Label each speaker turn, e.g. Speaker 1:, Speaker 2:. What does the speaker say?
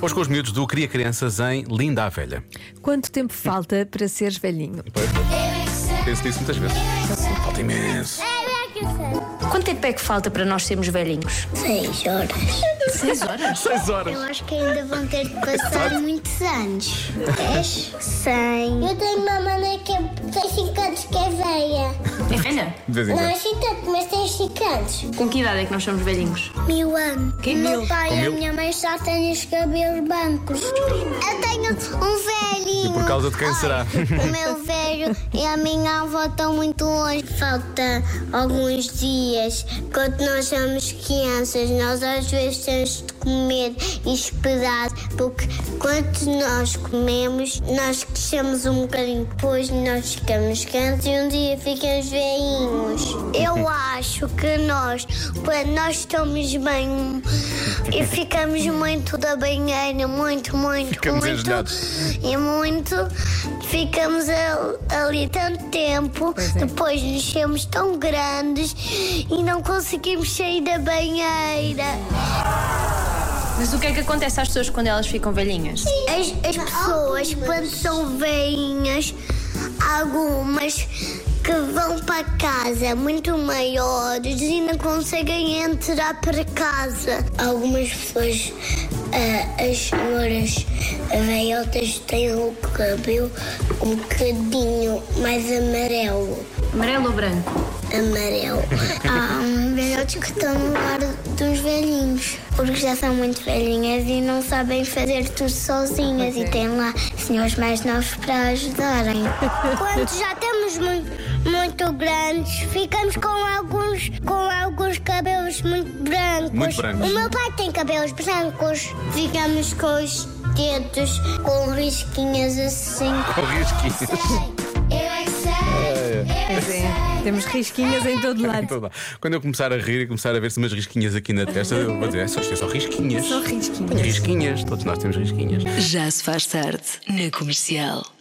Speaker 1: Hoje com os miúdos do Cria Crianças em Linda a Velha.
Speaker 2: Quanto tempo falta para seres velhinho?
Speaker 1: Penso nisso muitas vezes. Falta imenso.
Speaker 3: Quanto tempo é que falta para nós sermos velhinhos?
Speaker 4: Seis horas.
Speaker 3: Seis horas?
Speaker 1: 6 horas.
Speaker 4: Eu acho que ainda vão ter de passar muitos anos. Dez? Cem. Eu tenho uma mana que tem cinco anos que é veia.
Speaker 3: É velha?
Speaker 1: De vez em quando.
Speaker 4: assim tanto, mas tem cinco anos.
Speaker 3: Com que idade é que nós somos velhinhos?
Speaker 4: Mil anos.
Speaker 3: Que
Speaker 4: meu
Speaker 3: mil?
Speaker 4: pai e a
Speaker 1: mil?
Speaker 4: minha mãe só têm os cabelos brancos. Eu tenho um velhinho. Ah,
Speaker 1: E por causa de quem será?
Speaker 4: O meu velho e a minha avó estão muito longe. Falta alguns dias. Quando nós somos crianças, nós às vezes temos de comer e esperar, porque quando nós comemos, nós crescemos um bocadinho depois, nós ficamos cansados e um dia ficamos velhinhos. Eu acho que nós, quando nós estamos bem e ficamos muito da banheira, muito, muito,
Speaker 1: Ficamos
Speaker 4: muito.
Speaker 1: engelhados.
Speaker 4: E muito ficamos al- ali tanto tempo, depois nascemos tão grandes e não conseguimos sair da banheira.
Speaker 3: Mas o que é que acontece às pessoas quando elas ficam velhinhas?
Speaker 4: As, as pessoas, quando são veinhas, algumas que vão para casa muito maiores e não conseguem entrar para casa. Algumas pessoas, ah, as senhoras velhotas, têm o cabelo um bocadinho mais amarelo
Speaker 3: Amarelo ou branco?
Speaker 4: amarelo. Há velhotes que estão no lugar dos velhinhos, porque já são muito velhinhas e não sabem fazer tudo sozinhas e têm lá senhores mais novos para ajudarem. Quando já estamos muito, grandes, ficamos com alguns, com alguns cabelos muito brancos.
Speaker 1: Muito brancos.
Speaker 4: O meu pai tem cabelos brancos. Ficamos com os dedos com risquinhas assim.
Speaker 1: Com risquinhos.
Speaker 4: Eu é que sei, eu é que sei.
Speaker 2: Temos risquinhas em todo lado.
Speaker 1: Então vá. Quando eu começar a rir e começar a ver-se umas risquinhas aqui na testa, eu vou dizer: "É só, isto é só risquinhas.
Speaker 2: Só risquinhas.
Speaker 1: Tenho risquinhas. Todos nós temos risquinhas.
Speaker 5: Já se faz tarde na comercial.